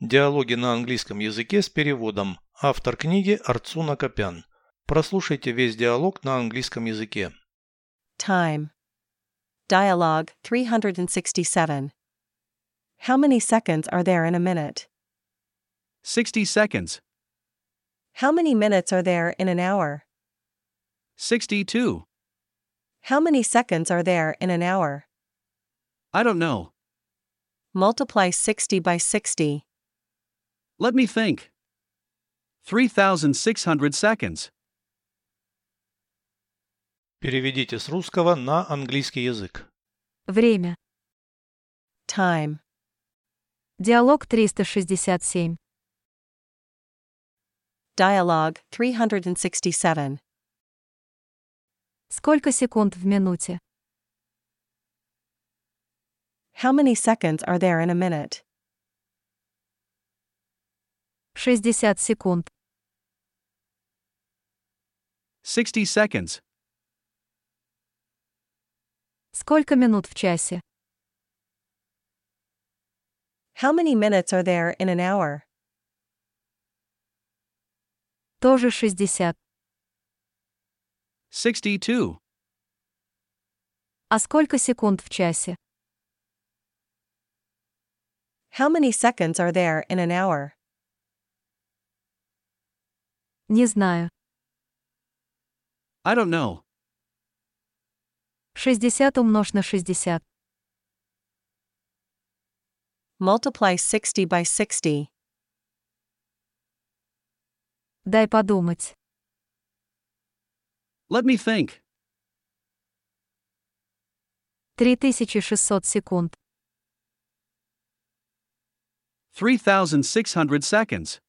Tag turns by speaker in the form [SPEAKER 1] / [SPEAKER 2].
[SPEAKER 1] Диалоги на английском языке с переводом. Автор книги Арцуна Копян. Прослушайте весь диалог на английском языке.
[SPEAKER 2] Time. Dialogue 367. How many seconds are there in a minute?
[SPEAKER 3] 60 seconds.
[SPEAKER 2] How many minutes are there in an hour?
[SPEAKER 3] 62.
[SPEAKER 2] How many seconds are there in an hour?
[SPEAKER 3] I don't know.
[SPEAKER 2] Multiply 60 by 60.
[SPEAKER 3] Let me think. 3,600 seconds.
[SPEAKER 1] Переведите с русского на английский язык.
[SPEAKER 4] Время.
[SPEAKER 2] Time.
[SPEAKER 4] Диалог 367.
[SPEAKER 2] Dialogue 367.
[SPEAKER 4] Сколько секунд в минуте?
[SPEAKER 2] How many seconds are there in a minute?
[SPEAKER 4] 60 секунд.
[SPEAKER 3] 60 seconds.
[SPEAKER 4] Сколько минут в часе?
[SPEAKER 2] How many minutes are there in an hour?
[SPEAKER 4] Тоже 60.
[SPEAKER 3] 62.
[SPEAKER 4] А сколько секунд в часе?
[SPEAKER 2] How many seconds are there in an hour?
[SPEAKER 4] Не знаю.
[SPEAKER 3] I don't know.
[SPEAKER 4] 60 умножь на 60.
[SPEAKER 2] Multiply 60 by 60.
[SPEAKER 4] Дай подумать.
[SPEAKER 3] Let me think.
[SPEAKER 4] 3600 секунд.
[SPEAKER 3] 3,600 seconds.